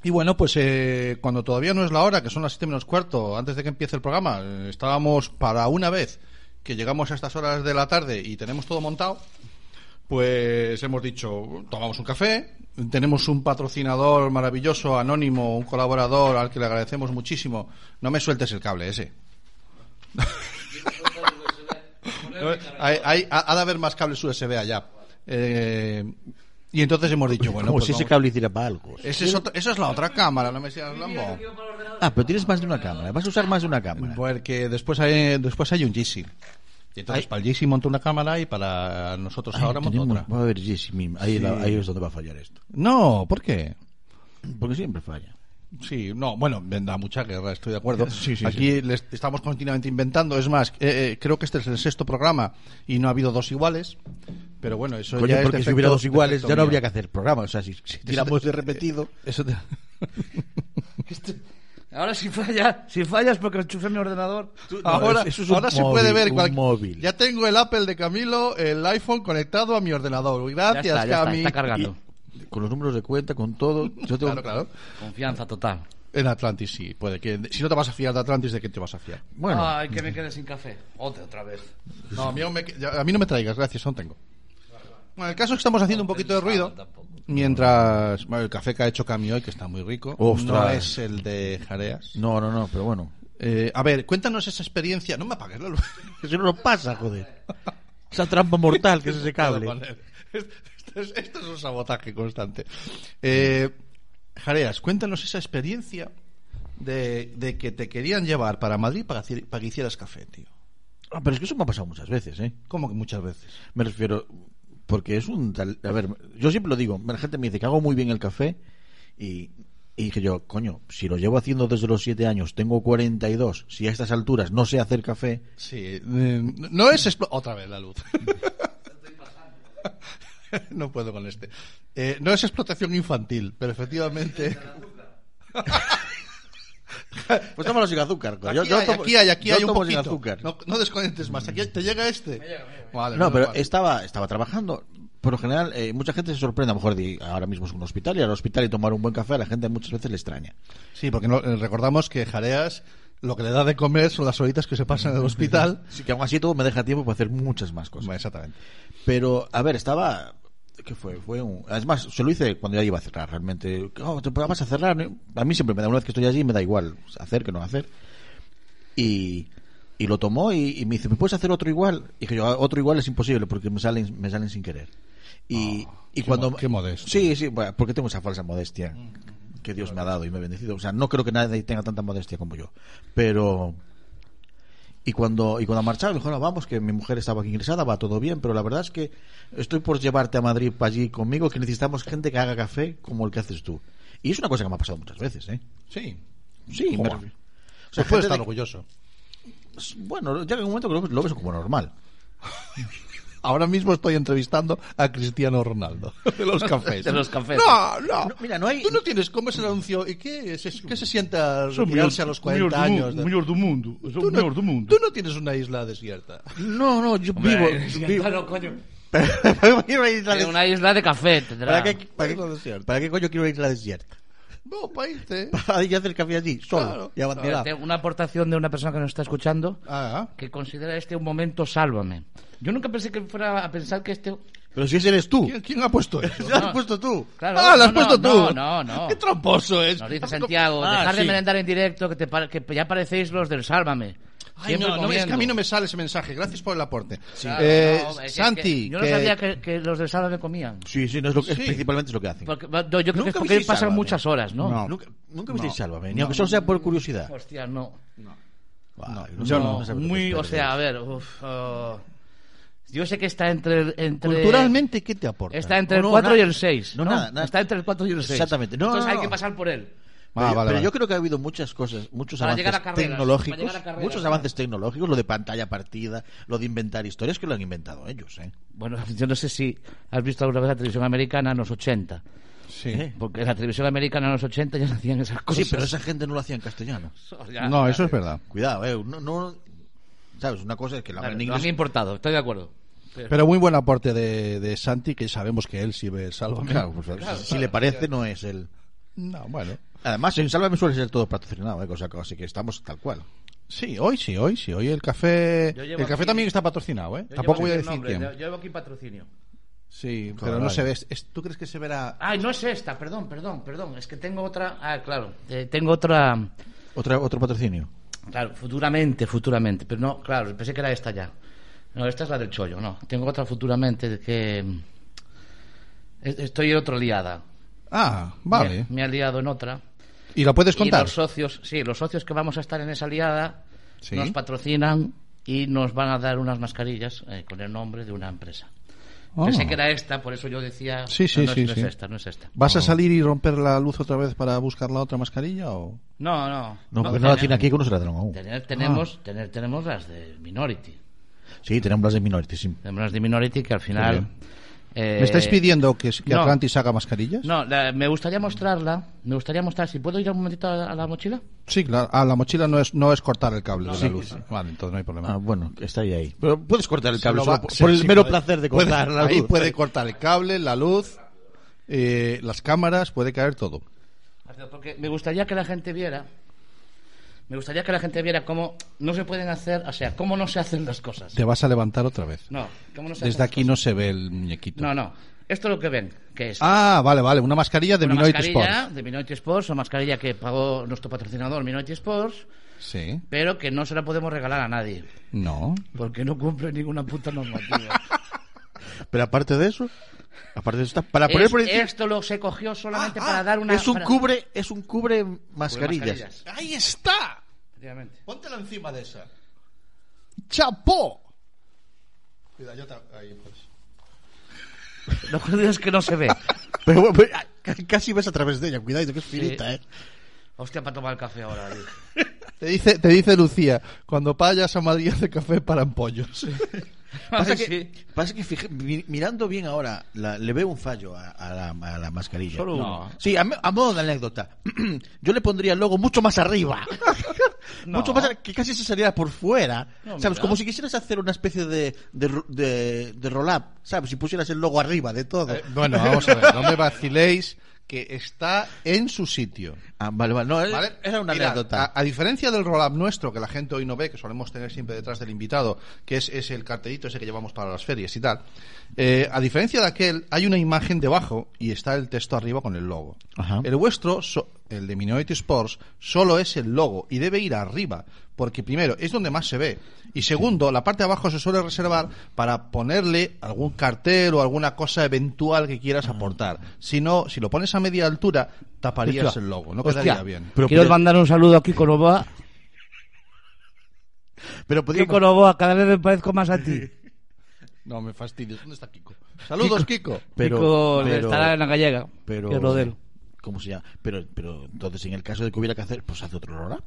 Speaker 5: Y bueno, pues eh, cuando todavía no es la hora, que son las siete menos cuarto, antes de que empiece el programa, eh, estábamos para una vez que llegamos a estas horas de la tarde y tenemos todo montado, pues hemos dicho, tomamos un café, tenemos un patrocinador maravilloso, anónimo, un colaborador al que le agradecemos muchísimo. No me sueltes el cable ese. [laughs] No, hay- hay- ha ha de haber más cables USB allá. Eh, y entonces hemos dicho, bueno,
Speaker 8: Como
Speaker 5: pues
Speaker 8: si ese
Speaker 5: vamos-
Speaker 8: cable hiciera para algo.
Speaker 5: esa es, otra- esa es la otra cámara, no me sigas hablando.
Speaker 8: Ah, pero tienes más de una cámara. Vas a usar más de una cámara.
Speaker 5: Porque después hay, después hay un Yeezy. Y entonces para el Yeezy monta una cámara y para nosotros ahora monta
Speaker 8: Tenemos-
Speaker 5: otra.
Speaker 8: Va a ver, Jesse, mim, ahí, la- ahí es donde va a fallar esto.
Speaker 5: No, ¿por qué?
Speaker 8: Porque siempre falla.
Speaker 5: Sí, no, bueno, da mucha guerra, estoy de acuerdo.
Speaker 8: Sí, sí,
Speaker 5: Aquí les- estamos continuamente inventando, es más, eh, eh, creo que este es el sexto programa y no ha habido dos iguales, pero bueno, eso
Speaker 8: Coño,
Speaker 5: ya es
Speaker 8: porque si
Speaker 5: defecto-
Speaker 8: hubiera dos iguales
Speaker 5: defecto
Speaker 8: ya no
Speaker 5: mío.
Speaker 8: habría que hacer programa. O sea, si, si tiramos de repetido.
Speaker 5: Eso [laughs] te-
Speaker 7: Ahora si falla, si fallas porque enchufé mi ordenador.
Speaker 8: no,
Speaker 5: ahora
Speaker 8: eso es un
Speaker 5: ahora se
Speaker 8: móvil,
Speaker 5: puede ver
Speaker 8: un
Speaker 5: cual-
Speaker 8: móvil.
Speaker 5: Ya tengo el Apple de Camilo, el iPhone conectado a mi ordenador. Gracias,
Speaker 7: ya está, ya está,
Speaker 5: Cami.
Speaker 7: está cargando.
Speaker 8: Con los números de cuenta, con todo. Yo tengo...
Speaker 5: Claro, claro.
Speaker 7: Confianza total.
Speaker 5: En Atlantis sí, puede que si no te vas a fiar de Atlantis, ¿de qué te vas a fiar?
Speaker 8: Bueno,
Speaker 7: Ay, que me quede sin café. Otra, otra vez.
Speaker 5: No, a mí no me, ya- a mí no me traigas, gracias, no tengo. Bueno, el caso es que estamos haciendo un poquito de ruido mientras bueno, el café que ha hecho Cami hoy, que está muy rico, no
Speaker 8: Ostras.
Speaker 5: es el de Jareas.
Speaker 8: no, no, no, pero bueno.
Speaker 5: Eh, a ver, cuéntanos esa experiencia. No me apagues la luz. [laughs]
Speaker 8: Eso no lo pasa, joder. Esa trampa mortal
Speaker 7: [laughs]
Speaker 8: que es ese cable.
Speaker 5: [laughs] Esto, es, esto es un sabotaje constante. Eh, Jareas, cuéntanos esa experiencia de, de que te querían llevar para Madrid para, hacer- para que hicieras café, tío.
Speaker 8: Ah, pero es que eso me ha pasado muchas veces, ¿eh?
Speaker 5: Como que muchas veces.
Speaker 8: Me refiero, porque es un tal... A ver, yo siempre lo digo, la gente me dice que hago muy bien el café y
Speaker 6: Y dije yo, coño, si lo llevo haciendo desde los 7 años, tengo 42, si a estas alturas no sé hacer café,
Speaker 5: Sí, eh, no es explo- otra vez la luz. [laughs] no puedo con este. Eh, no es explotación infantil, pero
Speaker 6: [laughs]
Speaker 5: efectivamente.
Speaker 6: pues tómalo sin azúcar. coño.
Speaker 5: Aquí,
Speaker 6: Yo- yo
Speaker 5: hay,
Speaker 6: tomo-
Speaker 5: aquí hay, aquí
Speaker 6: yo
Speaker 5: hay un
Speaker 6: tomo sin
Speaker 5: poquito.
Speaker 6: azúcar.
Speaker 5: No, no desconectes más. Aquí te llega este. Vale,
Speaker 6: No,
Speaker 5: menos
Speaker 6: pero
Speaker 5: mal.
Speaker 6: estaba, estaba trabajando. Por lo general, eh, mucha gente se sorprende. A lo mejor di- ahora mismo es un hospital y al hospital y tomar un buen café a la gente muchas veces le extraña.
Speaker 5: Sí, porque no- eh, recordamos que Jareas lo que le da de comer son las horitas que se pasan en el hospital.
Speaker 6: Así que aún así todo me deja tiempo para hacer muchas más [laughs] cosas.
Speaker 5: Bueno, exactamente.
Speaker 6: Pero, a ver, estaba. ¿Qué fue? Fue un. Además, se lo hice cuando ya iba a cerrar, realmente. Oh, te vas a cerrar. ¿no? A mí siempre me da, una vez que estoy allí, me da igual hacer que no hacer. Y, y lo tomó y, y me dice, ¿me puedes hacer otro igual? Y dije yo, "Ah, otro igual es imposible porque me salen, me salen sin querer. Y, y
Speaker 5: Ah, qué
Speaker 6: cuando.
Speaker 5: mo- qué modesto.
Speaker 6: Sí, sí, bueno, porque tengo esa falsa modestia que Dios me ha dado y me ha bendecido. O sea, no creo que nadie tenga tanta modestia como yo. Pero. Y cuando, y cuando marchaba, me dijo, no, vamos, que mi mujer estaba aquí ingresada, va todo bien, pero la verdad es que estoy por llevarte a Madrid para allí conmigo, que necesitamos gente que haga café como el que haces tú. Y es una cosa que me ha pasado muchas veces, ¿eh?
Speaker 5: Sí.
Speaker 6: Sí, me
Speaker 5: Joder.
Speaker 6: refiero- O
Speaker 5: Se
Speaker 6: sea,
Speaker 5: puede
Speaker 6: gente
Speaker 5: estar
Speaker 6: de-
Speaker 5: orgulloso.
Speaker 6: Bueno, llega un momento que lo, lo ves como normal.
Speaker 5: Ahora mismo estoy entrevistando a Cristiano Ronaldo [laughs] de los cafés.
Speaker 7: De los cafés. Eh,
Speaker 5: No, no.
Speaker 6: No, mira, no hay-
Speaker 5: Tú no tienes cómo es el anuncio. ¿Y qué, es, qué se sienta
Speaker 9: Sou
Speaker 5: retirarse a los 40
Speaker 9: melhor
Speaker 5: años?
Speaker 9: Do mundo, melhor do mundo. Eu sou
Speaker 5: Tú
Speaker 9: o melhor
Speaker 5: no,
Speaker 9: do mundo.
Speaker 5: tú no tienes una isla desierta.
Speaker 6: No, no, yo
Speaker 7: Hombre, [laughs]
Speaker 6: vivo.
Speaker 7: ya
Speaker 5: [laughs]
Speaker 6: vivo-
Speaker 7: está, no, coño.
Speaker 6: ¿Para qué quiero una isla
Speaker 7: Tiene
Speaker 6: des-
Speaker 7: una isla de café, tendrá. Eh,
Speaker 6: ¿Para qué- para qué- para qué coño quiero una isla desierta?
Speaker 5: No, [laughs] para irte.
Speaker 6: Para ir a hacer café allí, solo,
Speaker 5: Claro.
Speaker 6: y abandonado.
Speaker 7: Tengo Una aportación de una persona que nos está escuchando
Speaker 5: Ah,
Speaker 7: que considera este un momento sálvame. Yo nunca pensé que fuera a pensar que este.
Speaker 6: Pero si ese eres tú.
Speaker 5: ¿quién, quién ha puesto [laughs] eso?
Speaker 6: Lo has puesto tú.
Speaker 7: Claro,
Speaker 5: ah, lo
Speaker 7: no,
Speaker 5: has
Speaker 7: no,
Speaker 5: puesto
Speaker 7: No,
Speaker 5: tú.
Speaker 7: no, no.
Speaker 5: Qué Ah, tramposo es.
Speaker 7: Nos dice Santiago, dejar de
Speaker 6: sí.
Speaker 7: merendar en directo, que, te pare- que ya parecéis los del Sálvame.
Speaker 5: Ay,
Speaker 7: Siempre
Speaker 5: no, no, es que
Speaker 7: comiendo.
Speaker 5: a mí no me sale ese mensaje. Gracias por el aporte.
Speaker 7: Claro,
Speaker 5: Eh,
Speaker 7: no, es que- es que
Speaker 5: Santi,
Speaker 7: yo no
Speaker 5: que-
Speaker 7: sabía que, que los del Sálvame comían.
Speaker 6: Sí, sí, no es lo que,
Speaker 5: Sí.
Speaker 6: principalmente es lo que hacen.
Speaker 7: Porque, no, yo creo que es
Speaker 6: Nunca
Speaker 7: porque
Speaker 6: visteis
Speaker 7: pasan
Speaker 6: Sálvame.
Speaker 7: muchas horas, ¿no?
Speaker 5: No.
Speaker 6: Nunca, nunca visteis Sálvame, ni
Speaker 5: No.
Speaker 6: aunque solo sea por curiosidad.
Speaker 7: Hostia, no.
Speaker 6: Buah,
Speaker 5: yo no,
Speaker 6: no sabes lo que
Speaker 7: muy,
Speaker 6: te
Speaker 7: o
Speaker 6: pierdes.
Speaker 7: sea, a ver, uf, oh. yo sé que está entre, el- entre
Speaker 5: culturalmente, ¿qué te aporta?
Speaker 7: está entre
Speaker 6: No,
Speaker 7: el
Speaker 6: no,
Speaker 7: 4 y
Speaker 6: nada.
Speaker 7: el 6,
Speaker 6: No,
Speaker 7: no,
Speaker 6: nada, nada.
Speaker 7: Está entre el 4 y el 6.
Speaker 6: Exactamente. No,
Speaker 7: Entonces
Speaker 6: no,
Speaker 7: hay
Speaker 6: no.
Speaker 7: que pasar por él.
Speaker 5: Ah,
Speaker 6: pero, yo-
Speaker 5: vale,
Speaker 6: pero
Speaker 5: vale.
Speaker 6: yo creo que ha habido muchas cosas, muchos
Speaker 7: Para llegar
Speaker 6: avances
Speaker 7: a carreras, para
Speaker 6: tecnológicos,
Speaker 7: llegar a carreras.
Speaker 6: muchos avances tecnológicos, lo de pantalla partida, lo de inventar historias que lo han inventado ellos, ¿eh?
Speaker 7: Bueno, [laughs] yo no sé si has visto alguna vez la televisión americana en los 80,
Speaker 5: Sí.
Speaker 6: ¿Eh?
Speaker 7: porque en la televisión americana en los 80 ya se hacían esas
Speaker 6: Sí,
Speaker 7: cosas. [laughs]
Speaker 6: pero esa gente no lo hacía en castellano.
Speaker 7: Ya,
Speaker 5: no,
Speaker 7: ya,
Speaker 5: eso es verdad.
Speaker 6: Cuidado, eh, no, no- sabes, una cosa es que la
Speaker 7: claro,
Speaker 6: en
Speaker 7: lo han
Speaker 6: inglés.
Speaker 7: importado, estoy de acuerdo.
Speaker 5: Pero muy buen aporte de, de Santi, que sabemos que él sí ve Sálvame.
Speaker 6: Claro, por favor, pues, si le parece no es el.
Speaker 5: No, bueno.
Speaker 6: Además, en Sálvame suele ser todo patrocinado, ¿eh? cosa, así que estamos tal cual.
Speaker 5: Sí, hoy sí, hoy sí. Hoy el café.
Speaker 7: Yo llevo
Speaker 5: El café
Speaker 7: aquí-
Speaker 5: también está patrocinado, ¿eh? Tampoco voy a decir quién.
Speaker 7: llevo aquí patrocinio.
Speaker 5: Sí,
Speaker 6: Claro,
Speaker 5: pero no
Speaker 6: vale.
Speaker 5: se ve. es- ¿Tú crees que se verá.?
Speaker 7: Ay, no es esta, perdón, perdón, perdón. Es que tengo otra. Ah, claro. eh, tengo otra.
Speaker 6: Otra, otro patrocinio.
Speaker 7: Claro, futuramente, futuramente. Pero no, claro, pensé que era esta ya. No, esta es la del chollo, no. Tengo otra futuramente de que. mm, es- Estoy otra liada.
Speaker 5: Ah, vale.
Speaker 7: Me, me ha liado en otra.
Speaker 5: ¿Y lo puedes
Speaker 7: Y
Speaker 5: contar?
Speaker 7: los socios, sí, los socios que vamos a estar en esa liada
Speaker 5: Sí.
Speaker 7: nos patrocinan y nos van a dar unas mascarillas eh, con el nombre de una empresa.
Speaker 5: Ah.
Speaker 7: Pensé que era esta, por eso yo decía.
Speaker 5: Sí, sí,
Speaker 7: no, no,
Speaker 5: sí,
Speaker 7: No
Speaker 5: sí.
Speaker 7: es esta, no es esta.
Speaker 5: ¿Vas a salir y romper la luz otra vez para buscar la otra mascarilla o.?
Speaker 7: No, no.
Speaker 6: No,
Speaker 5: pues
Speaker 6: porque no la
Speaker 7: tenemos-
Speaker 6: tiene aquí que no se la dan aún.
Speaker 7: Tener,
Speaker 5: Ah.
Speaker 7: tenemos, tener, tenemos las de Minority.
Speaker 6: Sí, tenemos las de Minority, sí.
Speaker 7: Tenemos las de Minority que al
Speaker 5: Muy
Speaker 7: final. eh,
Speaker 5: ¿Me estáis pidiendo que, que
Speaker 7: no.
Speaker 5: Atlantis haga mascarillas?
Speaker 7: No, la- me gustaría mostrarla. Me gustaría mostrar. Si puedo ir un momentito a, a la mochila.
Speaker 5: Sí, claro. Ah, la mochila no es, no es cortar el cable de la luz. Vale, entonces no hay problema.
Speaker 6: Ah, bueno, está ahí ahí. Pero puedes cortar el
Speaker 5: Se
Speaker 6: cable
Speaker 5: lo
Speaker 6: solo
Speaker 5: va-
Speaker 6: por,
Speaker 5: se-
Speaker 6: por el
Speaker 5: sí,
Speaker 6: mero
Speaker 5: puede-
Speaker 6: placer de
Speaker 5: puede-
Speaker 6: cortar la
Speaker 5: Ahí
Speaker 6: luz.
Speaker 5: puede cortar el cable, la luz, eh, las cámaras, puede caer todo.
Speaker 7: Porque me gustaría que la gente viera. Me gustaría que la gente viera cómo no se pueden hacer. O sea, cómo no se hacen las cosas.
Speaker 5: Te vas a levantar otra vez.
Speaker 7: No, cómo no se
Speaker 5: Desde
Speaker 7: hacen
Speaker 5: aquí no se ve el muñequito.
Speaker 7: No, no. Esto es lo que ven, que es.
Speaker 5: Ah, vale, vale. Una mascarilla de
Speaker 7: una
Speaker 5: Minority
Speaker 7: mascarilla
Speaker 5: Sports.
Speaker 7: de Minority Sports, una mascarilla que pagó nuestro patrocinador Minority Sports,
Speaker 5: Sí.
Speaker 7: pero que no se la podemos regalar a nadie,
Speaker 5: No.
Speaker 7: porque no cumple ninguna puta
Speaker 5: [laughs]
Speaker 7: normativa.
Speaker 6: Pero aparte de eso, aparte de eso, está-
Speaker 5: Eh,
Speaker 6: para poner
Speaker 7: Ah, Es-
Speaker 6: por encima-
Speaker 7: Esto lo se cogió solamente
Speaker 6: Ah,
Speaker 7: para dar una.
Speaker 6: es un
Speaker 7: para-
Speaker 6: cubre, es un cubre mascarillas.
Speaker 7: mascarillas.
Speaker 5: ¡Ahí está!
Speaker 7: Efectivamente.
Speaker 5: Póntela encima de esa. ¡Chapó! Cuidado, yo te... Ahí, pues.
Speaker 7: Lo jodido es que no se ve.
Speaker 6: Pero bueno, pero, ah, Casi ves a través de ella, cuidado, que es finita, ¿eh?
Speaker 7: [laughs] Hostia, para tomar el café ahora. [laughs] tío.
Speaker 5: Te dice, te dice Lucía, cuando vayas a Madrid hace café para pollos.
Speaker 6: Pasa
Speaker 7: Ay,
Speaker 6: que,
Speaker 7: sí.
Speaker 6: pasa que fija- mi- mirando bien ahora, la- le veo un fallo a, a la, a la mascarilla.
Speaker 7: Solo uno.
Speaker 6: Sí, a, me- a modo de anécdota. [clears throat] Yo le pondría el logo mucho más arriba. Mucho más arriba, que casi se saliera por fuera. ¿Sabes? Como si quisieras hacer una especie de, de, ro- de- de roll-up, ¿sabes? Si pusieras el logo arriba de todo.
Speaker 5: Eh, bueno, vamos a ver, no me vaciléis que está en su sitio.
Speaker 6: Ah, vale, vale. No,
Speaker 5: ¿Vale?
Speaker 6: era una
Speaker 5: Mira,
Speaker 6: anécdota.
Speaker 5: A, a diferencia del roll-up nuestro, que la gente hoy no ve, que solemos tener siempre detrás del invitado, que es, es el cartelito ese que llevamos para las ferias y tal, eh, a diferencia de aquel, hay una imagen debajo y está el texto arriba con el logo.
Speaker 6: Ajá.
Speaker 5: El vuestro, so- el de Minority Sports, solo es el logo y debe ir arriba, porque primero, es donde más se ve. Y segundo, la parte de abajo se suele reservar para ponerle algún cartel o alguna cosa eventual que quieras aportar. Si no, si lo pones a media altura, taparías
Speaker 7: Hostia.
Speaker 5: el logo, no
Speaker 7: Hostia.
Speaker 5: quedaría bien.
Speaker 6: Pero
Speaker 7: Quiero
Speaker 6: puede-
Speaker 7: mandar un saludo a Kiko Novoa.
Speaker 6: Pero podríamos-
Speaker 7: Kiko Novoa, cada vez me parezco más a ti.
Speaker 5: No me fastidies. ¿Dónde está Kiko? Saludos, Kiko.
Speaker 6: pero-
Speaker 7: Kiko
Speaker 6: pero-
Speaker 7: estará en la gallega.
Speaker 6: pero
Speaker 7: Yo lo de él.
Speaker 6: ¿Cómo se llama? Pero, pero entonces, en el caso de que hubiera que hacer, pues hace otro roll-up.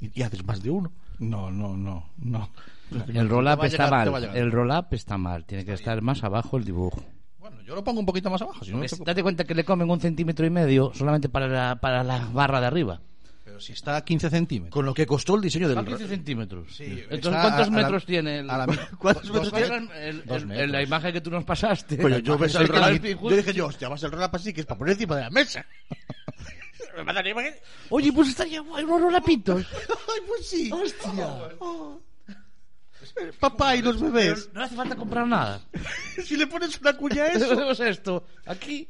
Speaker 6: Y, y haces más de uno.
Speaker 5: No, no, no, no.
Speaker 7: El roll-up
Speaker 5: Te va a
Speaker 7: está
Speaker 5: llegar, te va
Speaker 7: mal.
Speaker 5: a llegar.
Speaker 7: El roll-up está mal. Tiene que estar más abajo el dibujo.
Speaker 5: Bueno, yo lo pongo un poquito más abajo, si no me
Speaker 7: Es-
Speaker 5: preocupo.
Speaker 7: Pues Date cuenta que le comen un centímetro y medio solamente para la, para la barra de arriba.
Speaker 5: Pero si está a 15 centímetros.
Speaker 6: Con lo que costó el diseño del
Speaker 7: Ah, 15 centímetros.
Speaker 5: Sí,
Speaker 7: Entonces,
Speaker 5: está
Speaker 7: ¿cuántos
Speaker 5: a- a la-
Speaker 7: metros tiene? el-
Speaker 5: a la misma-
Speaker 6: ¿Cuántos
Speaker 5: Dos
Speaker 7: [laughs]
Speaker 6: metros
Speaker 7: ¿Cuántos
Speaker 5: metros.
Speaker 7: eran el-
Speaker 5: Dos
Speaker 7: el-
Speaker 5: metros.
Speaker 7: la imagen que tú nos pasaste.
Speaker 6: Coño,
Speaker 7: La [laughs]
Speaker 6: yo,
Speaker 7: imagen
Speaker 6: ves
Speaker 7: del
Speaker 6: el
Speaker 7: roll-up
Speaker 6: roll-up y-
Speaker 7: injusto.
Speaker 6: yo dije yo, hostia, vas el roll-up así que es para poner encima de la mesa. Me matan la imagen.
Speaker 7: Oye, pues estaría guay unos
Speaker 5: [laughs]
Speaker 7: roll-upitos.
Speaker 6: [laughs] Ay, pues sí. Hostia. Papá y los bebés.
Speaker 7: No hace falta comprar nada.
Speaker 6: Si le pones una cuña a
Speaker 7: [laughs]
Speaker 6: eso, [laughs]
Speaker 7: Hacemos esto. Aquí.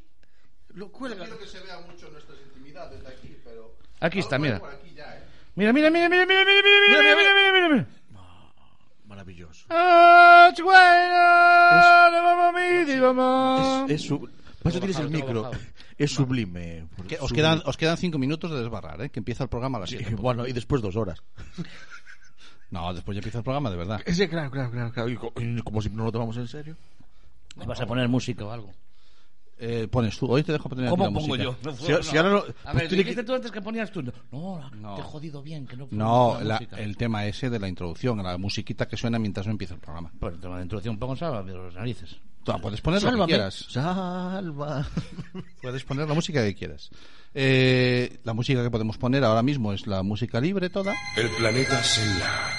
Speaker 6: lo cuelga.
Speaker 5: que se vea mucho nuestras intimidades de aquí, pero...
Speaker 7: Aquí está, mira.
Speaker 5: aquí ya, ¿eh?
Speaker 7: Mira, mira, mira, mira, mira, mira, mira, mira, mira, mira, mira, mira.
Speaker 6: Maravilloso.
Speaker 7: Ah, chihuahua, vamos, mira, vamos.
Speaker 6: Es, es sub- Para eso tienes el
Speaker 7: bajado, tengo
Speaker 6: micro.
Speaker 7: bajado.
Speaker 6: Es sublime. porque
Speaker 5: os,
Speaker 6: sublime.
Speaker 5: quedan, os quedan cinco minutos de desbarrar, ¿eh? Que empieza el programa a las
Speaker 6: Sí,
Speaker 5: 7.
Speaker 6: bueno, y después dos horas.
Speaker 5: [laughs] No, después ya empieza el programa, de verdad.
Speaker 6: Ese, claro, claro, claro. claro. Y co- y como si no lo tomamos en serio.
Speaker 7: Me vas a poner música o algo.
Speaker 5: Eh, pones tú, hoy te dejo poner a ti
Speaker 7: ¿Cómo
Speaker 5: la
Speaker 7: pongo
Speaker 5: música.
Speaker 7: yo? No
Speaker 6: Si-
Speaker 7: puedo,
Speaker 6: si
Speaker 7: no.
Speaker 6: ahora no-
Speaker 7: A
Speaker 6: pues
Speaker 7: ver,
Speaker 6: tiene
Speaker 7: dijiste
Speaker 6: que-
Speaker 7: tú antes que ponías tú. No, no,
Speaker 5: No.
Speaker 7: te he jodido bien, que no puedo
Speaker 5: No,
Speaker 7: poner
Speaker 5: la-
Speaker 7: música.
Speaker 5: el tema ese de la introducción, la musiquita que suena mientras no empieza el programa.
Speaker 7: Bueno, el tema de introducción pongo salva de los narices.
Speaker 5: Tú puedes poner lo que quieras.
Speaker 6: Salva.
Speaker 5: [laughs] Puedes poner la música que quieras. Eh, la música que podemos poner ahora mismo es la música libre toda.
Speaker 9: El planeta Senla.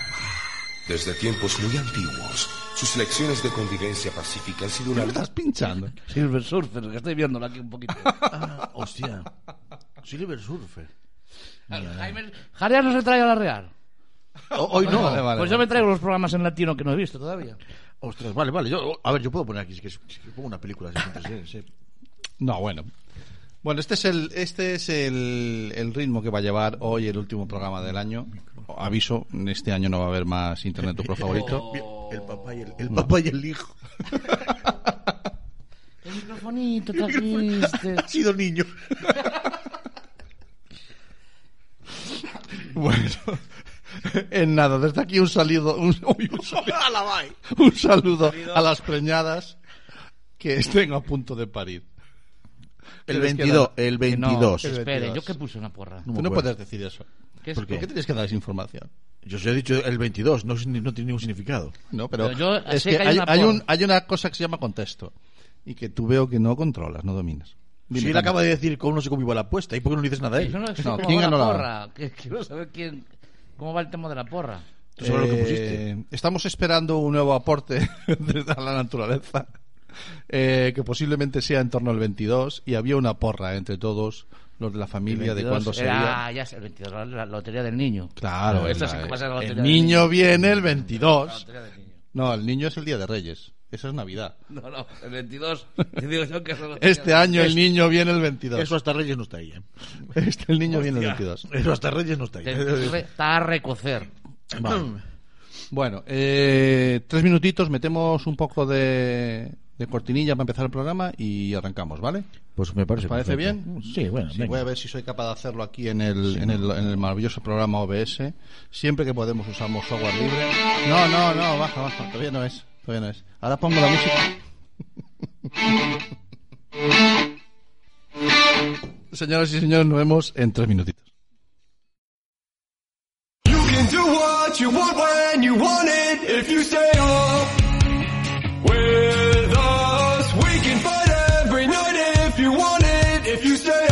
Speaker 9: Desde tiempos muy antiguos, sus lecciones de convivencia pacífica han sido una...
Speaker 5: ¿Qué me estás pinchando?
Speaker 7: Silver Surfer, que estoy viéndolo aquí un [laughs] poquito.
Speaker 6: Ah,
Speaker 7: [laughs]
Speaker 6: hostia. Silver Surfer.
Speaker 7: Jaime, Jareas no se trae a la Real.
Speaker 6: O- hoy no.
Speaker 5: Vale, vale,
Speaker 7: Pues yo me traigo los programas en latino que no he visto todavía.
Speaker 6: Ostras, vale, vale. Yo, a ver, yo puedo poner aquí. Si que, pongo una película. si quieres, sí, sí.
Speaker 5: No, bueno. Bueno, este es el este es el, el ritmo que va a llevar hoy el último programa del año. Aviso, este año no va a haber más internet tu pro
Speaker 6: [laughs]
Speaker 5: favorito.
Speaker 6: El papá y el, el papá
Speaker 5: [laughs]
Speaker 6: y el hijo.
Speaker 7: [laughs] El microfonito trajiste.
Speaker 6: [laughs] Ha sido niño.
Speaker 5: [laughs] Bueno, [laughs] en nada, desde aquí un saludo, un, [laughs] uy, un
Speaker 6: [laughs]
Speaker 5: saludo, un saludo a las preñadas que estén a punto de parir.
Speaker 6: El
Speaker 5: Tienes que
Speaker 6: 22.
Speaker 5: dar-
Speaker 6: El
Speaker 7: Que no,
Speaker 6: 22.
Speaker 7: que espere,
Speaker 5: 22.
Speaker 7: yo que puse una porra.
Speaker 5: Tú no
Speaker 6: Bueno.
Speaker 5: puedes decir eso.
Speaker 7: ¿Qué es?
Speaker 6: ¿Por
Speaker 5: ¿Por qué tienes que dar esa información?
Speaker 6: Yo os he dicho el 22. No, es ni- no tiene ningún significado.
Speaker 5: No, pero,
Speaker 7: Pero yo
Speaker 5: es
Speaker 7: sé
Speaker 5: que
Speaker 7: que hay
Speaker 5: hay,
Speaker 7: una
Speaker 5: hay
Speaker 7: por-
Speaker 5: un- hay una cosa que se llama contexto y que tú veo que no controlas, no dominas. Dime,
Speaker 6: si él
Speaker 5: Tania.
Speaker 6: acaba de decir cómo no se convivo la apuesta, ¿y por qué no le dices nada a él?
Speaker 7: Eh, Yo no sé
Speaker 5: No,
Speaker 7: cómo
Speaker 5: ¿quién
Speaker 7: va
Speaker 5: ganó la
Speaker 7: porra. Que- Quiero saber quién, cómo va el tema de la porra.
Speaker 6: Tú sabes lo que pusiste.
Speaker 5: Eh, Estamos esperando un nuevo aporte [laughs] desde a la naturaleza eh, que posiblemente sea en torno al 22 y había una porra entre todos los de la familia de cuándo sería.
Speaker 7: Ah, ya sé, el 22, la, la lotería del niño.
Speaker 5: Claro, el,
Speaker 7: Esto sí que pasa en la
Speaker 5: el
Speaker 7: lotería del
Speaker 5: niño viene el
Speaker 7: La
Speaker 5: 22.
Speaker 7: lotería del niño.
Speaker 5: No, el niño es el día de Reyes. Eso es Navidad.
Speaker 7: No, no, el 22. Te digo [laughs] yo que es la lotería
Speaker 5: Este
Speaker 7: del-
Speaker 5: año el niño viene el 22.
Speaker 6: Eso hasta Reyes no está ahí. ¿eh?
Speaker 5: Este el niño viene el 22.
Speaker 6: Eso hasta Reyes no está ahí.
Speaker 7: Te- re- Está a recocer.
Speaker 6: Vale.
Speaker 5: Bueno, eh, tres minutitos, metemos un poco de, de cortinilla para empezar el programa y arrancamos, ¿vale?
Speaker 6: Pues me parece.
Speaker 5: ¿Os parece
Speaker 6: perfecto.
Speaker 5: bien?
Speaker 6: Sí, bueno.
Speaker 5: Sí,
Speaker 6: venga.
Speaker 5: voy a ver si soy capaz de hacerlo aquí en el, en el, en el maravilloso programa OBS. Siempre que podemos usamos software libre. No, no, no, baja, baja. Todavía no es. Todavía no es. Ahora pongo la música. [laughs] Señoras y señores, nos vemos en tres minutitos.
Speaker 10: You can do what you want when you want it if you stay up with us. We can fight every night if you want it, if you stay